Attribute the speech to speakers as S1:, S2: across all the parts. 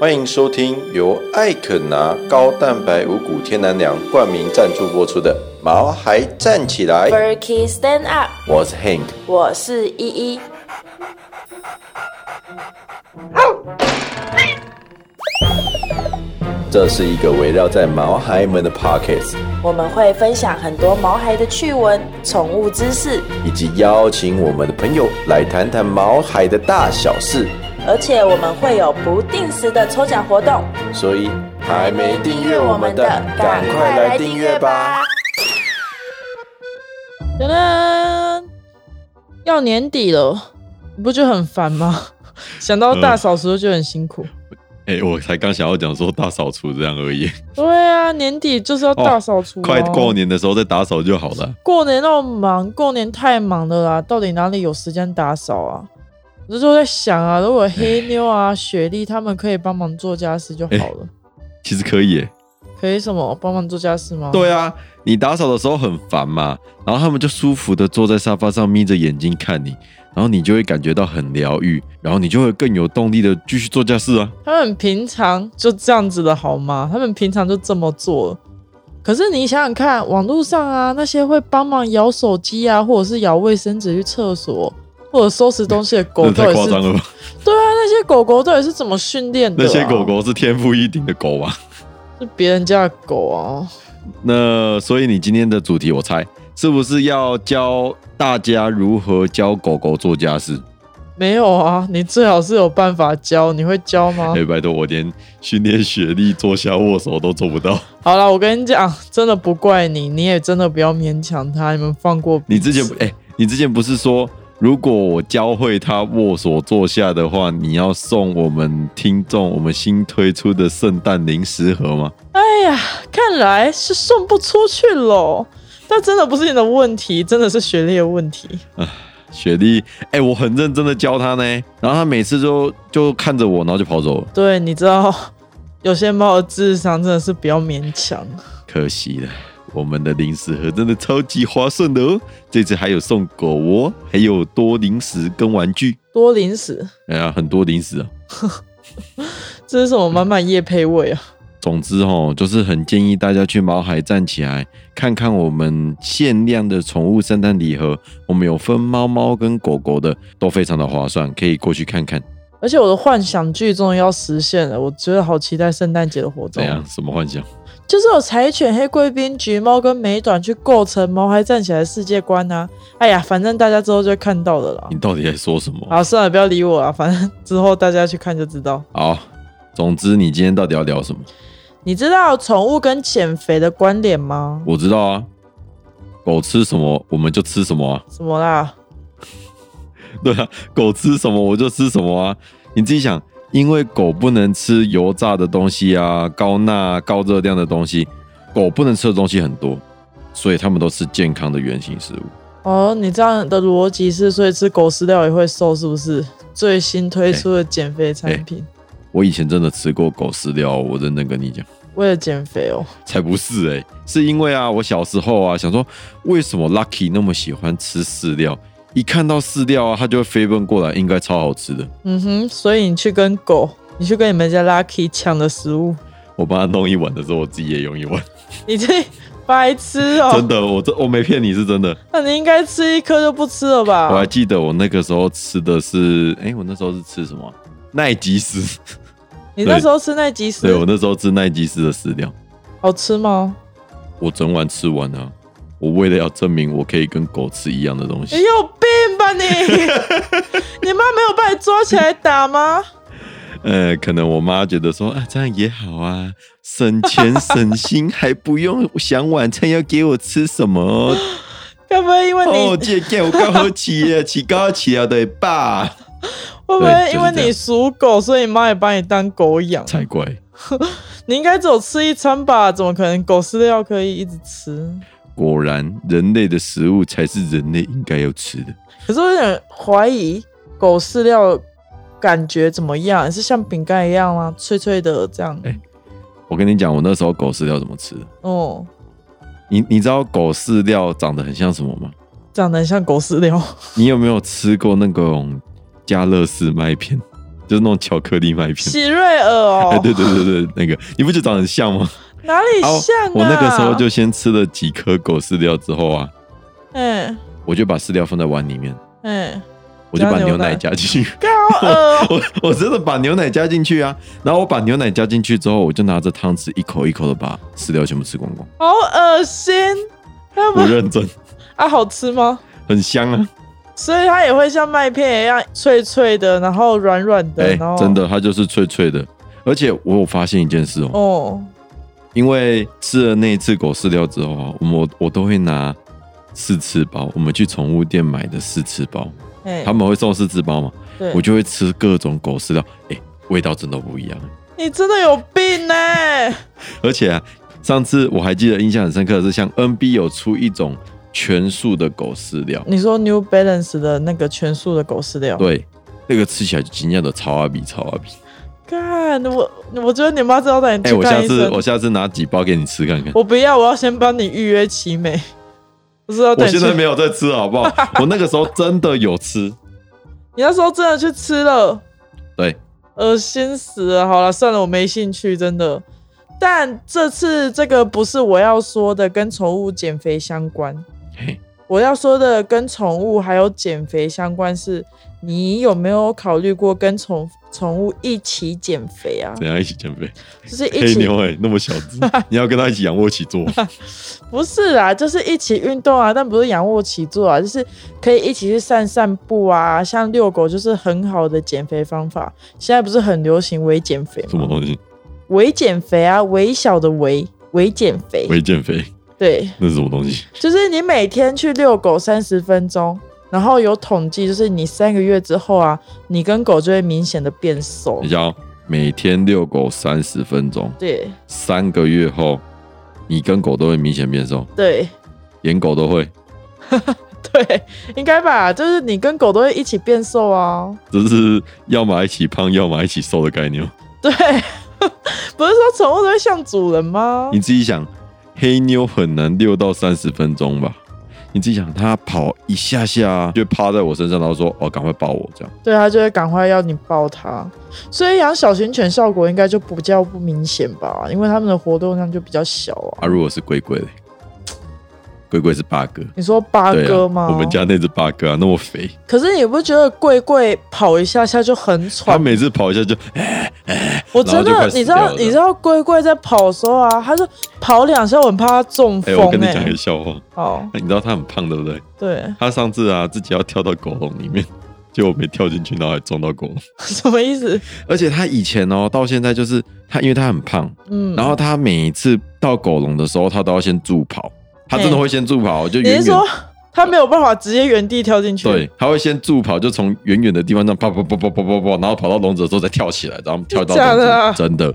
S1: 欢迎收听由艾肯拿高蛋白五谷天然粮冠名赞助播出的《毛孩站起来》，
S2: Berkey Stand Up，
S1: 我是 Hank。
S2: 我是依依。
S1: 这是一个围绕在毛孩们的 Pockets，
S2: 我们会分享很多毛孩的趣闻、宠物知识，
S1: 以及邀请我们的朋友来谈谈毛孩的大小事。
S2: 而且我们会有不定时的抽奖活动。
S1: 所以还没订阅我们的，赶快来订阅吧！！
S3: 噔噔，要年底了，你不觉得很烦吗？ 想到大扫除就觉得很辛苦。
S4: 哎、我才刚想要讲说大扫除这样而已，哦
S3: 对啊，年底就是要大扫除、啊
S4: 快过，年的时候再打扫就好了。
S3: 过年那么忙，过年太忙了啦，到底哪里有时间打扫啊？我这时候在想啊，如果黑妞啊、雪莉他们可以帮忙做家事就好了。
S4: 其实可以耶，
S3: 可以什么帮忙做家事吗？，
S4: 对啊，你打扫的时候很烦嘛，然后他们就舒服的坐在沙发上，眯着眼睛看你，然后你就会感觉到很疗愈，然后你就会更有动力的继续做家事啊。
S3: 他们平常就这样子的好吗？他们平常就这么做了。可是你想想看，网络上啊，那些会帮忙摇手机啊，或者是摇卫生纸去厕所，或者收拾东西的狗，
S4: 那
S3: 到
S4: 太
S3: 底
S4: 夸
S3: 是
S4: 张了吧？
S3: 对啊，那些狗狗到底是怎么训练 的、啊
S4: 那些狗狗是天赋异禀的狗啊。
S3: 是别人家的狗啊，
S4: 那所以你今天的主题，我猜是不是要教大家如何教狗狗做家事？
S3: 没有啊，你最好是有办法教，你会教吗
S4: 哎、？拜托，我连训练学历、坐下握手都做不到。
S3: 好了，我跟你讲，啊真的不怪你，你也真的不要勉强他，你们放过彼
S4: 你之前
S3: 此
S4: 哎、你之前不是说，如果我教会他握手坐下的话，你要送我们听众我们新推出的圣诞零食盒吗？
S3: 哎呀，看来是送不出去喽。但真的不是你的问题，真的是学历的问题。
S4: 雪莉，哎、我很认真的教他呢，然后他每次就就看着我，然后就跑走了，
S3: 对，你知道，有些猫的智商真的是比较勉强。
S4: 可惜了。我们的零食盒真的超级划算的哦！这次还有送狗窝，还有多零食跟玩具，
S3: 多零食，
S4: 哎呀，很多零食啊。
S3: 这是什么满满叶配味啊？
S4: 总之哦，就是很建议大家去毛海站起来看看我们限量的宠物圣诞礼盒，我们有分猫猫跟狗狗的，都非常的划算，可以过去看看。
S3: 而且我的幻想剧终于要实现了，我觉得好期待圣诞节的活
S4: 怎
S3: 动。
S4: 样？什么幻想？
S3: 就是有柴犬、黑贵宾、橘猫跟美短去构成毛孩站起来的世界观啊！哎呀，反正大家之后就会看到的啦
S4: 你。到底在说什么？
S3: 好，算了，不要理我啊，反正之后大家去看就知道。
S4: 好，总之你今天到底要聊什么？
S3: 你知道宠物跟减肥的关联吗？
S4: 我知道啊，狗吃什么我们就吃什么啊，
S3: 什么啦？
S4: 对啊，狗吃什么我就吃什么啊，你自己想。因为狗不能吃油炸的东西啊，高钠啊、高热量的东西，狗不能吃的东西很多，所以它们都吃健康的原型食物。
S3: 哦，你这样的逻辑是，所以吃狗饲料也会瘦，是不是？最新推出的减肥产品，
S4: 我以前真的吃过狗饲料，哦我认真跟你讲，
S3: 为了减肥哦。
S4: 才不是诶、是因为啊，我小时候啊，想说为什么 Lucky 那么喜欢吃饲料，一看到饲料啊，它就会飞奔过来，应该超好吃的。
S3: 嗯哼，所以你去跟狗，你去跟你们家 Lucky 抢的食物，
S4: 我帮它弄一碗的时候，我自己也用一碗，
S3: 你这白痴哦、
S4: 真的，我这我没骗你，是真的。
S3: 那你应该吃一颗就不吃了吧
S4: 我？还记得我那个时候吃的是，哎、我那时候是吃什么啊奈吉斯？
S3: 你那时候吃那几食
S4: 对，我那时候吃奈吉斯的饲料，
S3: 好吃吗？
S4: 我整碗吃完啊。我为了要证明我可以跟狗吃一样的东西
S3: 你，有病 吧你？你妈没有把你抓起来打吗？
S4: 呃，可能我妈觉得说啊，这样也好啊，省钱省心，还不用想晚餐要给我吃什么
S3: 该不会因为你
S4: 哦，这个我刚好起了，起高起了对吧？
S3: 会不
S4: 对
S3: 会
S4: 就
S3: 因
S4: 是
S3: 为
S4: 这样
S3: 你属狗，所以你妈也把你当狗养？
S4: 才怪，
S3: 你应该只有吃一餐吧？怎么可能狗饲料可以一直吃？
S4: 果然人类的食物才是人类应该要吃的。
S3: 可是我有点怀疑狗饲料感觉怎么样？是像饼干一样吗？脆脆的这样？
S4: 哎我跟你讲，我那时候狗饲料怎么吃的？
S3: 哦，
S4: 你你知道狗饲料长得很像什么吗？
S3: 长得很像狗饲料。
S4: 你有没有吃过那种加乐士麦片？就是那种巧克力麦片。
S3: 喜瑞尔哦，
S4: 哎，对对对对，那个你不觉得长得很像吗？
S3: 哪里
S4: 啊
S3: 像啊？
S4: 我那个时候就先吃了几颗狗饲料之后啊，
S3: 嗯
S4: 我就把饲料放在碗里面，
S3: 嗯，
S4: 我就把
S3: 加牛
S4: 牛奶
S3: 奶
S4: 加进去。
S3: 干好饿哦，
S4: 我我真的把牛奶加进去啊，然后我把牛奶加进去之后，我就拿着汤匙一口一口的把饲料全部吃光 光。
S3: 好恶心。他
S4: 我
S3: 们
S4: 认真，
S3: 啊，好吃吗？
S4: 很香啊！
S3: 所以它也会像麦片一样脆脆的，然后软软的，
S4: 哎、
S3: 然后
S4: 真的，它就是脆脆的。而且我有发现一件事哦，
S3: 哦，
S4: 因为吃了那一次狗饲料之后啊，我们我我都会拿试吃包，我们去宠物店买的试吃包，
S3: 哎、
S4: 他们会送试吃包嘛，
S3: 对
S4: 我就会吃各种狗饲料，哎、味道真的不一样。
S3: 你真的有病呢、
S4: 而且啊，上次我还记得印象很深刻的是，像 NB 有出一种全素的狗饲料，
S3: 你说 New Balance 的那个全素的狗饲料，
S4: 对，那个吃起来就惊讶的超啊阿比超阿 比。
S3: 干我，我觉得你妈知道带你
S4: 哎、
S3: 去
S4: 我下
S3: 看医
S4: 次
S3: 生。
S4: 我下次拿几包给你吃看看。
S3: 我不要，我要先帮你预约奇美。不是要
S4: 我
S3: 等
S4: 现在没
S3: 有，
S4: 有在吃，好不好？我那个时候真的有吃，
S3: 你那时候真的去吃了，
S4: 对，
S3: 恶心死了。好了，算了，我没兴趣，真的。但这次这个不是我要说的，跟宠物减肥相关。
S4: 嘿，
S3: 我要说的跟宠物还有减肥相关是，你有没有考虑过跟宠宠物一起减肥啊？
S4: 怎样一起减肥？
S3: 就是一
S4: 黑
S3: 起
S4: 牛哎、那么小 只，你要跟他一起仰卧起坐，
S3: 不是啦，就是一起运动啊，但不是仰卧起坐啊，就是可以一起去散散步啊。像遛狗就是很好的减肥方法，现在不是很流行微减肥
S4: 什么
S3: 吗？
S4: 东西？
S3: 微减肥啊，微小的微微减肥，
S4: 微减肥，
S3: 对，
S4: 那是什么东西？
S3: 就是你每天去遛狗三十分钟，然后有统计，就是你三个月之后啊，你跟狗就会明显的变瘦
S4: 你。要每天遛狗三十分钟，
S3: 对
S4: 三个月后，你跟狗都会明显变瘦，
S3: 对
S4: 连狗都会，
S3: 对，应该吧？就是你跟狗都会一起变瘦啊。
S4: 这是要么一起胖，要么一起瘦的概念。
S3: 对， 不是说宠物都会像主人吗
S4: 你？自己想，黑妞很难遛到三十分钟吧？你自己想，它跑一下下就趴在我身上，然后说：“哦，赶快抱我。”这样
S3: 对，它就会赶快要你抱它。所以养小型犬效果应该就比较不明显吧，因为它们的活动量就比较小啊。
S4: 啊，如果是龟龟嘞，龟龟是八哥，
S3: 你说八
S4: 对
S3: 哥吗？
S4: 啊，我们。家那只八哥啊，那么肥，
S3: 可是你不觉得贵贵跑一下下就很
S4: 它
S3: 喘？
S4: 每次跑一下就，哎
S3: 我
S4: 然后
S3: 真
S4: 就快
S3: 的，
S4: 死
S3: 你知
S4: 掉
S3: 道，
S4: 了
S3: 你知道贵贵在跑的时候啊，它就跑两下，我很怕它中
S4: 哎、
S3: 风、欸。
S4: 我跟你讲一个笑话，
S3: 哦，
S4: 你知道它很胖对不对？
S3: 对，
S4: 它上次啊，自己要跳到狗笼里面， 结果没跳进去，然后还撞到狗笼。
S3: 什么意思？
S4: 而且它以前哦，到现在就是它，因为它很胖，
S3: 嗯，
S4: 然后他每一次到狗笼的时候，他都要先助跑，他真的会先助跑，就
S3: 你
S4: 远
S3: 是
S4: 远
S3: 说它没有办法直接原地跳进去？
S4: 对，他会先助跑，就从远远的地方这样啪啪啪啪啪啪啪，然后跑到笼子的时候再跳起来，然后跳到
S3: 真的假的
S4: 笼
S3: 啊
S4: 子，真的。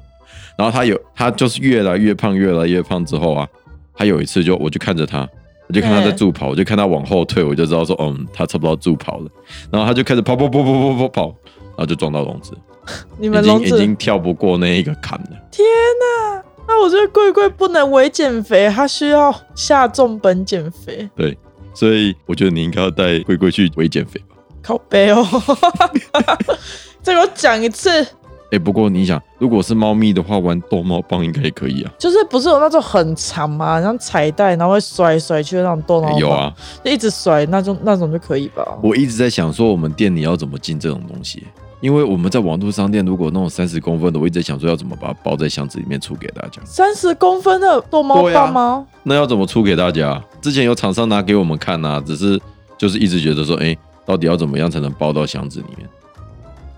S4: 然后他有他就是越来越胖，越来越胖之后啊，他有一次就我就看着他。我就看他在
S3: 嗯
S4: 助跑，我就看他往后退，我就知道说，嗯，他差不多要助跑了。然后他就开始跑跑跑跑跑跑跑，然后就撞到笼子，
S3: 你
S4: 已
S3: 们
S4: 经
S3: 笼
S4: 已
S3: 子
S4: 经跳不过那一个坎了。
S3: 那我觉得贵贵不能微减肥，它需要下重本减肥，
S4: 对，所以我觉得你应该要带龟龟去微减肥吧。
S3: 靠背哦。 再给我讲一次，
S4: 哎、不过你想，如果是猫咪的话，玩逗猫棒应该也可以啊。
S3: 就是不是有那种很长嘛，像彩带，然后会甩来甩去的那种逗
S4: 诶
S3: 闹、
S4: 有，啊，
S3: 就一直甩那种那种就可以吧？
S4: 我一直在想说，我们店里要怎么进这种东西，因为我们在网络商店如果那种三十公分的，我一直在想说要怎么把它包在箱子里面出给大家。
S3: 三十公分的逗猫
S4: 对啊
S3: 棒吗？
S4: 那要怎么出给大家？之前有厂商拿给我们看呐、啊，只是就是一直觉得说，哎、到底要怎么样才能包到箱子里面？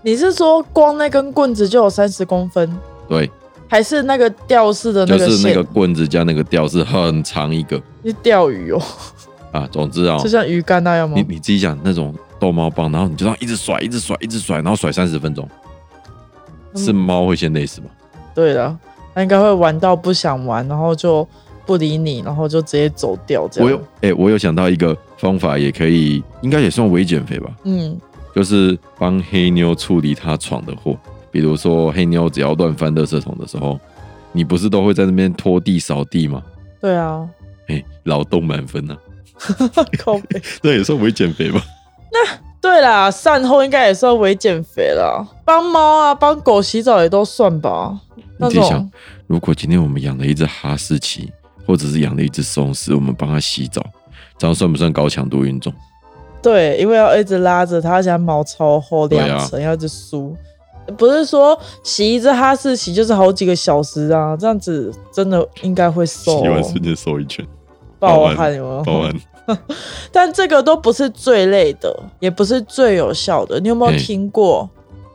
S3: 你是说光那根棍子就有三十公分，
S4: 对，
S3: 还是那个吊式的那
S4: 就
S3: 个
S4: 是
S3: 线？
S4: 那个棍子加那个吊是很长一个
S3: 你钓鱼哦，
S4: 啊。总之啊、
S3: 就像鱼竿那样吗
S4: 你？你自己想那种逗猫棒，然后你就这样一直甩，一直甩，一直甩，然后甩三十分钟，
S3: 嗯
S4: 是猫会先累死吗？
S3: 对了，他应该会玩到不想玩，然后就不理你，然后就直接走掉这样。
S4: 我有，哎、我有想到一个方法，也可以，应该也算微减肥吧，
S3: 嗯，
S4: 就是帮黑妞处理她闯的祸。比如说黑妞只要乱翻垃圾桶的时候，你不是都会在那边拖地扫地吗？
S3: 对啊，
S4: 哎、劳动满分呐、啊，
S3: 靠背。
S4: 这也算微减肥吧？
S3: 对啦，善后应该也算微减肥啦，帮猫啊、帮狗洗澡也都算吧。那
S4: 你自己想
S3: 种，
S4: 如果今天我们养了一只哈士奇，或者是养了一只松狮，我们帮它洗澡，这样算不算高强度运动？
S3: 对，因为要一直拉着它，而且它毛超厚，
S4: 对啊
S3: 两层、要一直梳。不是说洗一只哈士奇就是好几个小时啊，这样子真的应该会瘦、
S4: 洗
S3: 哦嗯
S4: 完，瞬间瘦一圈，
S3: 暴
S4: 完
S3: 汗有没有？
S4: 保安，
S3: 但这个都不是最累的，也不是最有效的。你有没有
S4: 嗯
S3: 听过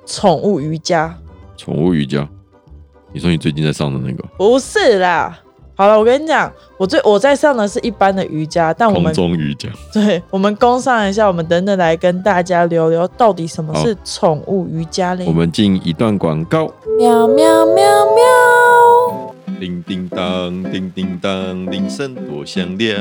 S3: 宠物瑜伽？
S4: 宠物瑜伽，你说你最近在上的那个
S3: 不是啦。好了，我跟你讲，我最我在上的是一般的瑜伽，但我
S4: 空
S3: 们
S4: 中瑜伽，
S3: 对我们工上一下，我们等等来跟大家聊聊到底什么
S4: 好
S3: 是宠物瑜伽嘞
S4: 我。们进一段广告。
S2: 喵喵喵喵！
S4: 叮叮当，叮叮当，铃声多响亮。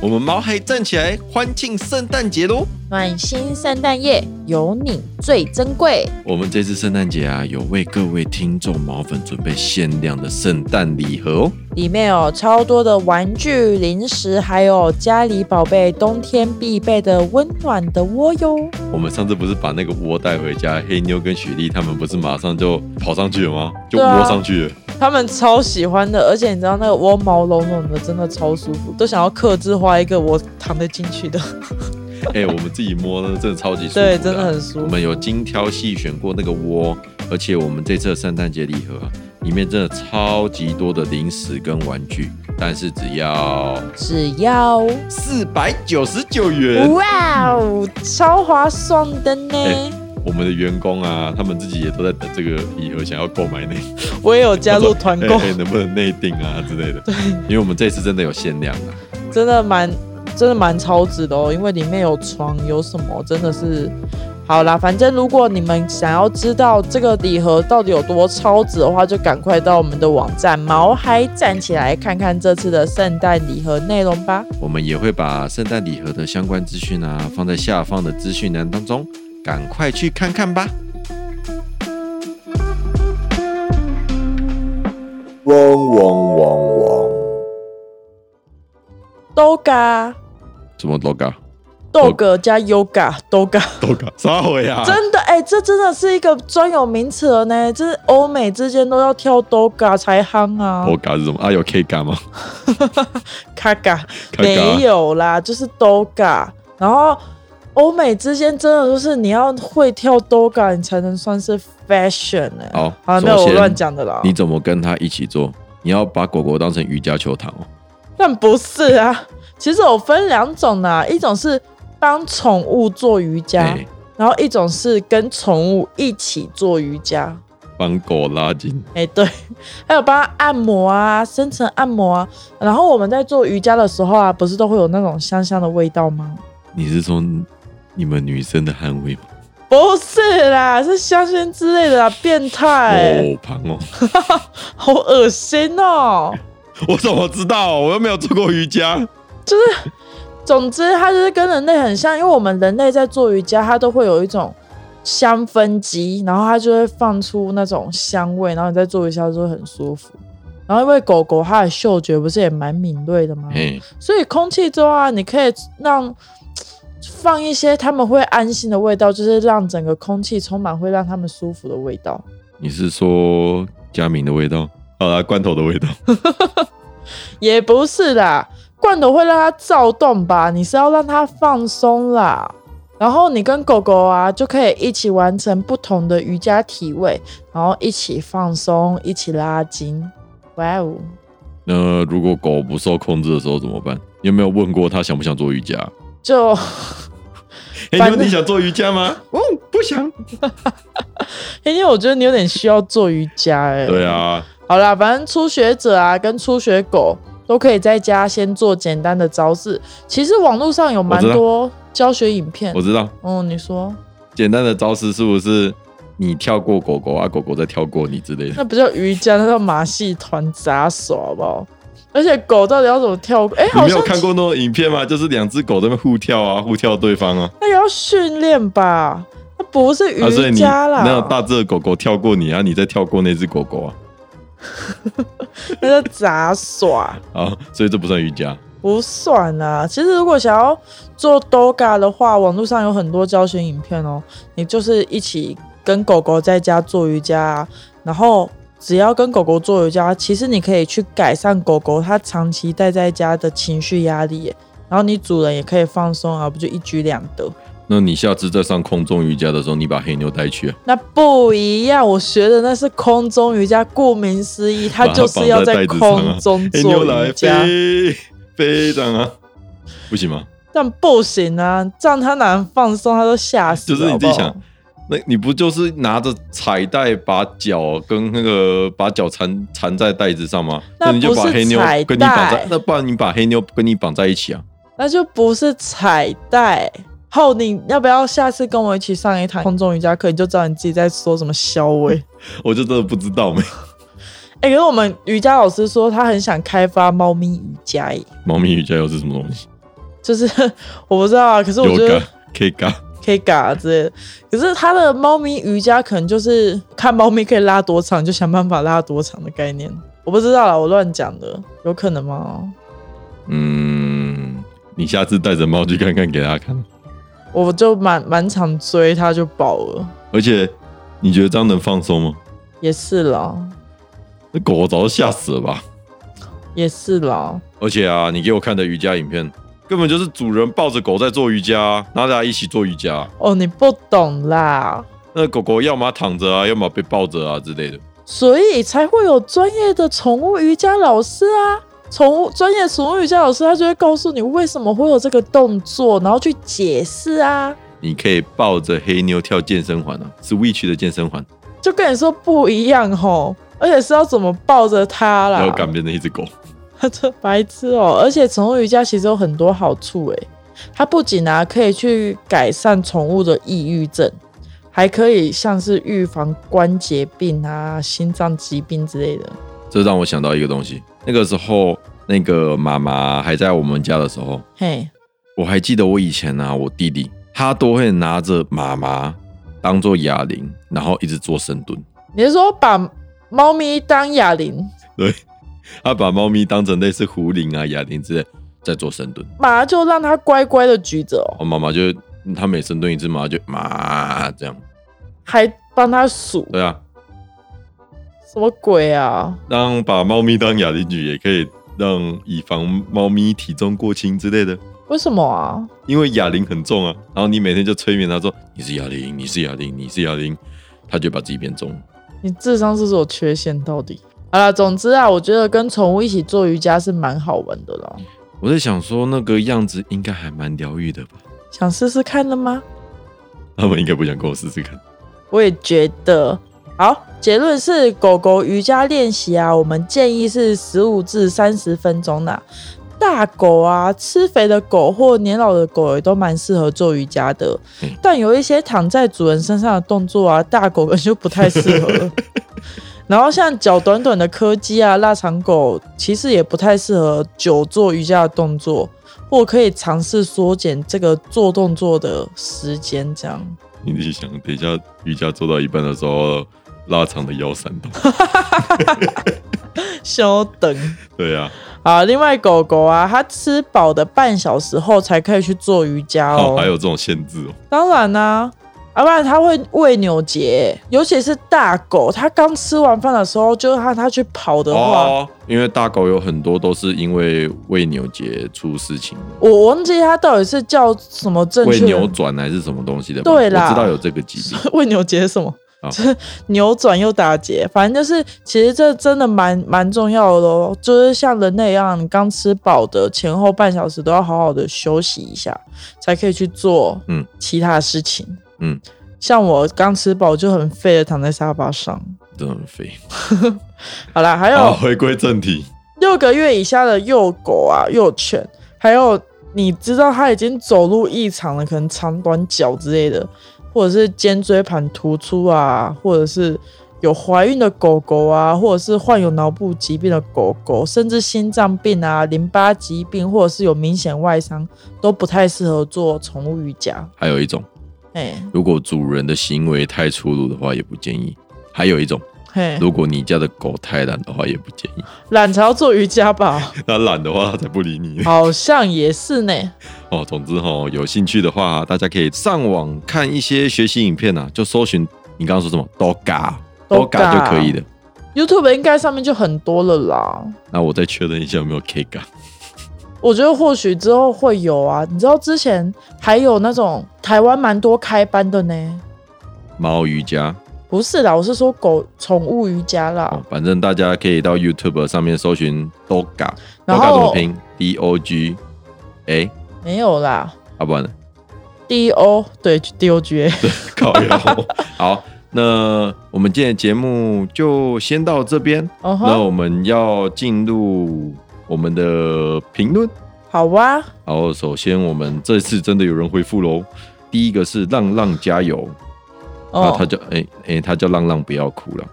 S4: 我们毛孩站起来，欢庆圣诞节喽！
S2: 暖心圣诞夜，有你最珍贵。
S4: 我们这次圣诞节啊，有为各位听众毛粉准备限量的圣诞礼盒哦。
S3: 里面有超多的玩具、零食，还有家里宝贝冬天必备的温暖的窝哟。
S4: 我们上次不是把那个窝带回家，黑妞跟雪莉他们不是马上就跑上去了吗？就
S3: 对啊
S4: 窝上去了。
S3: 他们超喜欢的，而且你知道那个窝毛茸茸的，真的超舒服，都想要克制化一个我躺得进去的。
S4: 哎、我们自己摸呢，真的啊超级舒服、
S3: 对，真的很。舒服。
S4: 我们有精挑细选过那个窝，而且我们这次的圣诞节礼盒啊里面真的超级多的零食跟玩具，但是只要
S2: 只要
S4: 四百九十九元。
S2: 哇哦！
S3: 哦，超划算的呢！
S4: 哎我们的员工啊，他们自己也都在等这个礼盒，想要购买那
S3: 我也有加入团购，
S4: 哎哎能不能内定啊之类的。对，因为我们这次真的有限量啊。
S3: 真的蛮真的蛮超值的哦，因为里面有床有什么，真的是。好啦，反正如果你们想要知道这个礼盒到底有多超值的话，就赶快到我们的网站毛嗨站起来看看这次的圣诞礼盒内容吧。
S4: 我们也会把圣诞礼盒的相关资讯啊放在下方的资讯栏当中，赶快去看看吧。
S1: 嗡嗡嗡嗡。
S3: 豆嘎、
S4: 什么 logo
S3: 豆哥加 yoga 豆嘎，
S4: logo 啥回啊？
S3: 真的哎、这真的是一个专有名词了呢。这是欧美之间都要跳豆嘎才夯啊。
S4: logo 是什么？啊有 K 嘎吗？
S3: 卡嘎，
S4: 卡嘎
S3: 没有啦，就是兜嘎。然后欧美之间真的就是你要会跳兜嘎，你才能算是 fashion 呢、
S4: 好
S3: 好，没有
S4: 哦首
S3: 啊我
S4: 先
S3: 乱讲啊的啦。
S4: 你怎么跟他一起做？你要把狗狗当成瑜伽球堂哦。
S3: 但不是啊，其实我分两种啦，一种是帮宠物做瑜伽，
S4: 哎
S3: 然后一种是跟宠物一起做瑜伽。
S4: 帮狗拉筋，
S3: 哎、对， 还有帮它按摩啊，深层按摩啊。然后我们在做瑜伽的时候啊，不是都会有那种香香的味道吗？
S4: 你是说你们女生的捍卫吗？
S3: 不是啦，是香薰之类的啦，变态，
S4: 哦，胖哦，
S3: 好恶心哦、
S4: 我怎么知道？我又没有做过瑜伽。
S3: 总之，它就是跟人类很像，因为我们人类在做瑜伽，它都会有一种香氛机，然后它就会放出那种香味，然后你在做瑜伽就会很舒服。然后因为狗狗它的嗅觉不是也蛮敏锐的吗？
S4: 哎，
S3: 所以空气中啊，你可以让放一些他们会安心的味道，就是让整个空气充满会让他们舒服的味道。
S4: 你是说佳明的味道？好啦，罐头的味道。
S3: 也不是啦，罐头会让它躁动吧？你是要让它放松啦。然后你跟狗狗啊，就可以一起完成不同的瑜伽体位，然后一起放松，一起拉筋。哇哦！
S4: 那如果狗不受控制的时候怎么办？你有没有问过它想不想做瑜伽？
S3: 就
S4: 哎、
S3: 反
S4: 你
S3: 正
S4: 你想做瑜伽吗？哦，不想。
S3: 因为我觉得你有点需要做瑜伽哎、
S4: 对。啊，
S3: 好啦，反正初学者啊，跟初学狗都可以在家先做简单的招式。其实网络上有蛮
S4: 我知道
S3: 多教学影片
S4: 我。知道，
S3: 嗯，你说
S4: 简单的招式是不是你跳过狗狗啊，狗狗再跳过你之类的？
S3: 那不叫瑜伽，那叫马戏团杂耍，好不好？而且狗到底要怎么跳？哎、
S4: 你
S3: 好
S4: 没有
S3: 像
S4: 看过那种影片吗？就是两只狗在那边互跳啊，互跳对方啊。
S3: 那个要训练吧？那不是
S4: 啊，所以
S3: 瑜
S4: 你
S3: 伽啦，
S4: 那有大只的狗狗跳过你啊，你再跳过那只狗狗啊，
S3: 那叫杂耍。
S4: 啊，所以这不算瑜伽。
S3: 不算啦。其实如果想要做 Doga 的话，网络上有很多教学影片哦。你就是一起跟狗狗在家做瑜伽、啊，然后只要跟狗狗做瑜伽，其实你可以去改善狗狗它长期待在家的情绪压力耶，然后你主人也可以放松啊，不就一举两得？
S4: 那你下次在上空中瑜伽的时候，你把黑妞带去、啊，
S3: 那不一样，我学的那是空中瑜伽，顾名思义，它就是要在空中
S4: 黑妞
S3: 做
S4: 哎来
S3: 瑜伽。
S4: 飞飞这样啊，不行吗？
S3: 但不行啊，这样他哪能放松？他都吓死
S4: 就
S3: 了。
S4: 是你自己想
S3: 啊好不好，
S4: 那你不就是拿着彩带把脚跟那个把脚缠缠在带子上吗？
S3: 那
S4: 你就把
S3: 不是
S4: 黑妞
S3: 彩
S4: 跟你绑在
S3: 带，
S4: 那不然你把黑妞跟你绑在一起啊？
S3: 那就不是彩带。后你要不要下次跟我一起上一堂空中瑜伽课？你就知道你自己在说什么消委。
S4: 我就真的不知道没。
S3: 哎、可是我们瑜伽老师说他很想开发猫咪瑜伽耶，
S4: 猫咪瑜伽又是什么东西？
S3: 就是 我不知道啊。可是我觉得
S4: Yoga K 嘎，
S3: 可以嘎之类的。可是他的猫咪瑜伽可能就是看猫咪可以拉多长，你就想办法拉多长的概念。我不知道啦，我乱讲的，有可能吗？
S4: 嗯，你下次带着猫去看看给大家看。
S3: 我就满满场追它就饱了，
S4: 而且你觉得这样能放松吗？
S3: 也是啦，
S4: 那狗狗早就吓死了吧？
S3: 也是啦。
S4: 而且啊，你给我看的瑜伽影片，根本就是主人抱着狗在做瑜伽啊，然后大家一起做瑜伽啊、
S3: 哦，你不懂啦，
S4: 那狗狗要么躺着啊，要么被抱着啊之类的。
S3: 所以才会有专业的宠物瑜伽老师啊。宠物专业宠物瑜伽老师，他就会告诉你为什么会有这个动作，然后去解释啊。
S4: 你可以抱着黑妞跳健身环啊，Switch 的健身环，
S3: 就跟你说不一样吼，而且是要怎么抱着它
S4: 然后
S3: 啦，
S4: 改变成一只狗。
S3: 这白痴哦、而且宠物瑜伽其实有很多好处诶、它不仅啊可以去改善宠物的抑郁症，还可以像是预防关节病啊、心脏疾病之类的。
S4: 这让我想到一个东西，那个时候那个妈妈还在我们家的时候，
S3: 嘿，
S4: 我还记得我以前啊，我弟弟他都会拿着妈妈当做哑铃，然后一直做深蹲。
S3: 你是说把猫咪当哑铃？
S4: 对，他把猫咪当成类似壶铃啊、哑铃之类，在做深蹲。
S3: 马就让它乖乖的举着哦、
S4: 我妈妈就她每深蹲一次，妈妈就妈这样。
S3: 还帮它数，
S4: 对啊，
S3: 什么鬼啊？
S4: 让把猫咪当哑铃举，也可以让以防猫咪体重过轻之类的。
S3: 为什么啊？
S4: 因为哑铃很重啊，然后你每天就催眠他说你是哑铃，你是哑铃，你是哑铃，他就把自己变重。
S3: 你智商是不是有缺陷？到底？好了，总之啊，我觉得跟宠物一起做瑜伽是蛮好玩的啦。
S4: 我在想说那个样子应该还蛮疗愈的吧？
S3: 想试试看了吗？
S4: 他们应该不想跟我试试看。
S3: 我也觉得。好，结论是狗狗瑜伽练习啊，我们建议是十五至三十分钟啦、大狗啊、吃肥的狗或年老的狗也都蛮适合做瑜伽的
S4: 嗯，
S3: 但有一些躺在主人身上的动作啊，大狗可能就不太适合 了。然后像脚短短的柯基啊、腊肠狗，其实也不太适合久做瑜伽的动作，或可以尝试缩减这个做动作的时间，这样。
S4: 你自己想，等一下瑜伽做到一半的时候，拉长的腰闪动。
S3: 稍等
S4: 对啊，
S3: 啊！另外，狗狗啊，它吃饱的半小时后才可以去做瑜伽哦。
S4: 哦，还有这种限制哦。
S3: 当然啦、要、不然它会胃扭结，尤其是大狗，它刚吃完饭的时候，就让它去跑的话，
S4: 哦，因为大狗有很多都是因为胃扭结出事情的，
S3: 我我忘记它到底是叫什么正
S4: 胃
S3: 确
S4: 扭
S3: 的。
S4: 转还是什么东西的吧。
S3: 对啦
S4: 我知道有这个疾病。
S3: 胃扭结是什么？
S4: 啊
S3: 就是扭转又打结，反正就是，其实这真的蛮蛮重要的哦。就是像人类一样，你刚吃饱的前后半小时都要好好的休息一下，才可以去做
S4: 嗯
S3: 其他的事情。
S4: 嗯，
S3: 像我刚吃饱就很废的躺在沙发上。
S4: 真的很肥。
S3: 好啦，还有、
S4: 好，回归正题。
S3: 六个月以下的幼狗啊、幼犬，还有你知道它已经走路异常了，可能长短脚之类的，或者是肩椎盘突出啊，或者是有怀孕的狗狗啊，或者是患有脑部疾病的狗狗，甚至心脏病啊、淋巴疾病，或者是有明显外伤，都不太适合做宠物瑜伽。
S4: 还有一种，
S3: 哎、
S4: 如果主人的行为太粗鲁的话，也不建议。还有一种，
S3: 嘿，
S4: 如果你家的狗太懒的话，也不建议。
S3: 懒才要做瑜伽吧？
S4: 它懒的话，它才不理你。
S3: 好像也是呢。
S4: 哦，总之哈、哦，有兴趣的话，大家可以上网看一些学习影片啊，就搜寻你刚刚说什么
S3: Doga
S4: “doga”，doga 就可以的。
S3: YouTube 应该上面就很多了啦。
S4: 那我再确认一下有没有 K 感。
S3: 我觉得或许之后会有啊，你知道之前还有那种台湾蛮多开班的呢，
S4: 猫瑜伽
S3: 不是啦，我是说狗宠物瑜伽啦，
S4: 哦，反正大家可以到 YouTube 上面搜寻 “doga”，doga 怎
S3: 然
S4: 么
S3: 后
S4: 拼？D O G，哎，
S3: 没有啦
S4: 啊不然呢？
S3: ，D O 对 D O G，
S4: 靠腰。 好，那我们今天的节目就先到这边。
S3: 嗯
S4: 那
S3: 哼，
S4: 我们要进入我们的评论。
S3: 好啊，
S4: 然后首先我们这次真的有人回复喽。第一个是浪浪加油，啊，他
S3: 哦，
S4: 叫哎哎，他叫浪浪不要哭了。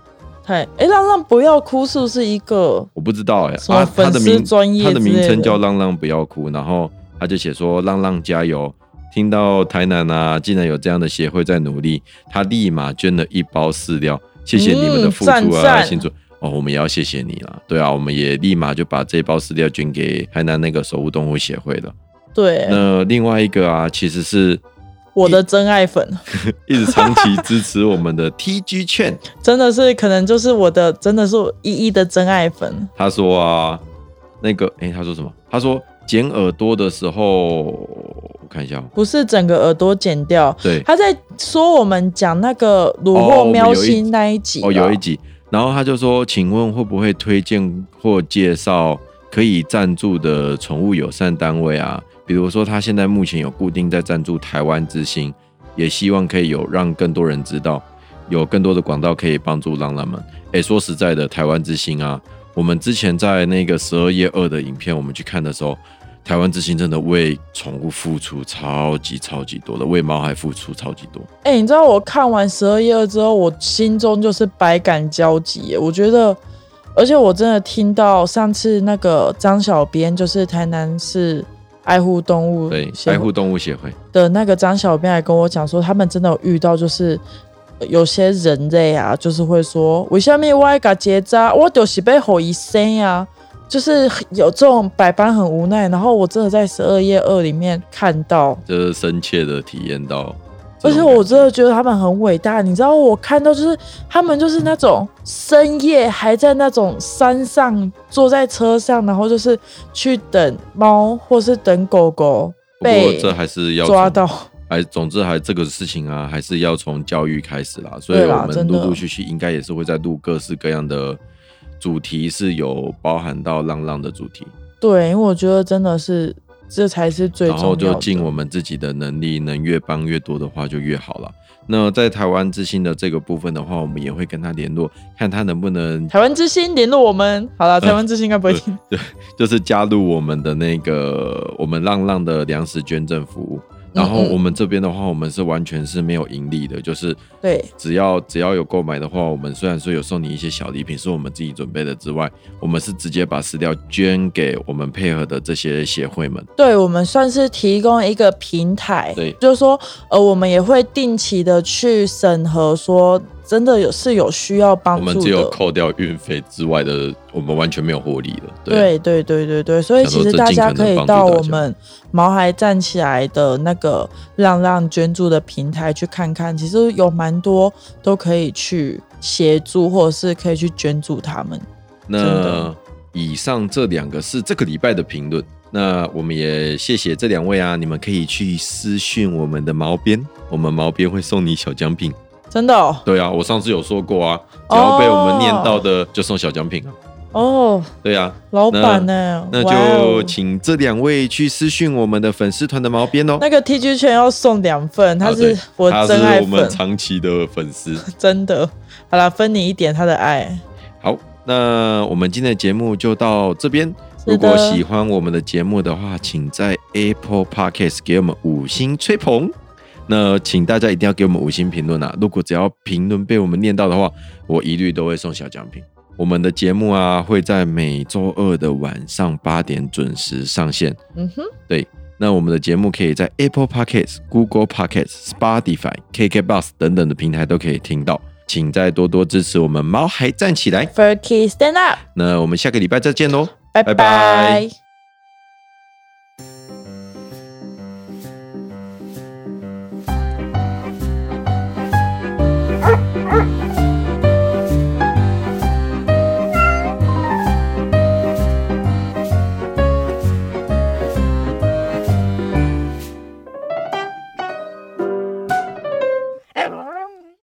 S3: 太哎，浪浪不要哭是不是一个？
S4: 我不知道哎、
S3: 什么
S4: 啊他的
S3: 粉丝
S4: 名
S3: 专业
S4: 他的名
S3: 之类
S4: 称
S3: 的
S4: 叫浪浪不要哭，然后他就写说浪浪加油。听到台南啊，竟然有这样的协会在努力，他立马捐了一包饲料，谢谢你们的付出
S3: 嗯赞
S4: 啊，
S3: 赞
S4: 辛苦、哦，我们也要谢谢你啦。对啊，我们也立马就把这包饲料捐给台南那个守护动物协会了。
S3: 对，
S4: 那另外一个啊，其实是
S3: 我的真爱粉
S4: 一直长期支持我们的 TG 券，
S3: 真的是可能就是我的，真的是我一一的真爱粉。
S4: 他说啊，那个，哎、他说什么？他说剪耳朵的时候，我看一下哦，
S3: 不是整个耳朵剪掉，
S4: 对，
S3: 他在说我们讲那个虏
S4: 哦我
S3: 获
S4: 们
S3: 喵
S4: 有一
S3: 星那一集啊
S4: 哦，有
S3: 啦
S4: 一集，然后他就说，请问会不会推荐或介绍可以赞助的宠物友善单位啊？比如说，他现在目前有固定在赞助台湾之星，也希望可以有让更多人知道，有更多的广告可以帮助浪浪们。哎，说实在的，台湾之星啊，我们之前在那个十二夜二的影片，我们去看的时候。台湾之星真的为宠物付出超级超级多的，为猫还付出超级多。
S3: 哎、你知道我看完《十二夜二》之后，我心中就是百感交集耶。我觉得，而且我真的听到上次那个张小编，就是台南市爱护动物
S4: 对，
S3: 协
S4: 爱
S3: 会
S4: 护动物协会，
S3: 的那个张小编还跟我讲说，他们真的有遇到，就是呃有些人类啊，就是会说，为什么我爱搞结扎，我就是被吼一生呀、就是有这种百般很无奈。然后我真的在《十二夜二》里面看到，
S4: 就是深切的体验到这种感
S3: 而且
S4: 觉。
S3: 我真的觉得他们很伟大，你知道，我看到就是他们就是那种深夜还在那种山上坐在车上，然后就是去等猫或是等狗狗
S4: 不过
S3: 被
S4: 这还是要
S3: 抓
S4: 从
S3: 到，
S4: 还总之还这个事情啊，还是要从教育开始啦。所以
S3: 对啦
S4: 我们
S3: 真的
S4: 陆陆续续应该也是会在录各式各样的主题，是有包含到浪浪的主题，
S3: 对，因为我觉得真的是这才是最
S4: 然
S3: 重要
S4: 后
S3: 的。
S4: 就尽我们自己的能力，能越帮越多的话就越好了。那在台湾之星的这个部分的话，我们也会跟他联络，看他能不能
S3: 台湾之星联络我们，好
S4: 嗯
S3: 了，台湾之星应该不会听。
S4: 就是加入我们的那个我们浪浪的粮食捐赠服务。
S3: 嗯
S4: 然后我们这边的话，我们是完全是没有盈利的，就是
S3: 对
S4: 只要只要有购买的话，我们虽然说有送你一些小礼品是我们自己准备的之外，我们是直接把饲料捐给我们配合的这些协会们。
S3: 对我们算是提供一个平台，
S4: 对
S3: 就是说，呃，我们也会定期的去审核，说真的有是有需要帮
S4: 我
S3: 助的。
S4: 们只有扣掉运费之外的，我们完全没有获利的。对，
S3: 对对对对对，所以
S4: 想
S3: 其
S4: 说
S3: 实
S4: 这
S3: 大
S4: 尽
S3: 家
S4: 可能
S3: 可以
S4: 帮助
S3: 到
S4: 大
S3: 我
S4: 家
S3: 们毛孩站起来的那个浪浪捐助的平台去看看，其实有蛮多都可以去协助，或者是可以去捐助他们。真
S4: 那
S3: 的
S4: 以上这两个是这个礼拜的评论。那我们也谢谢这两位啊，你们可以去私讯我们的毛边，我们毛边会送你小奖品。
S3: 真的哦，
S4: 对啊，我上次有说过啊，只要被我们念到的就送小奖品啊。
S3: 哦
S4: 对啊，
S3: 老板呢、
S4: 那
S3: 哇哦
S4: 就请这两位去私讯我们的粉丝团的毛边哦。
S3: 那个 TG 圈要送两份，他
S4: 啊
S3: 是
S4: 对
S3: 我
S4: 他是
S3: 真爱
S4: 我们
S3: 粉，
S4: 长期的粉丝。
S3: 真的。好了，分你一点他的爱。
S4: 好，那我们今天的节目就到这边。
S3: 是的
S4: 如果喜欢我们的节目的话，请在 Apple Podcast 给我们五星吹捧。那请大家一定要给我们五星评论啊！如果只要评论被我们念到的话，我一律都会送小奖品。我们的节目啊会在每周二的晚上八点准时上线。
S3: 嗯哼，
S4: 那我们的节目可以在 Apple Podcasts、Google Podcasts、Spotify、KKBox 等等的平台都可以听到。请再多多支持我们毛孩站起来。
S2: Furky Stand Up，
S4: 那我们下个礼拜再见喽，
S3: 拜拜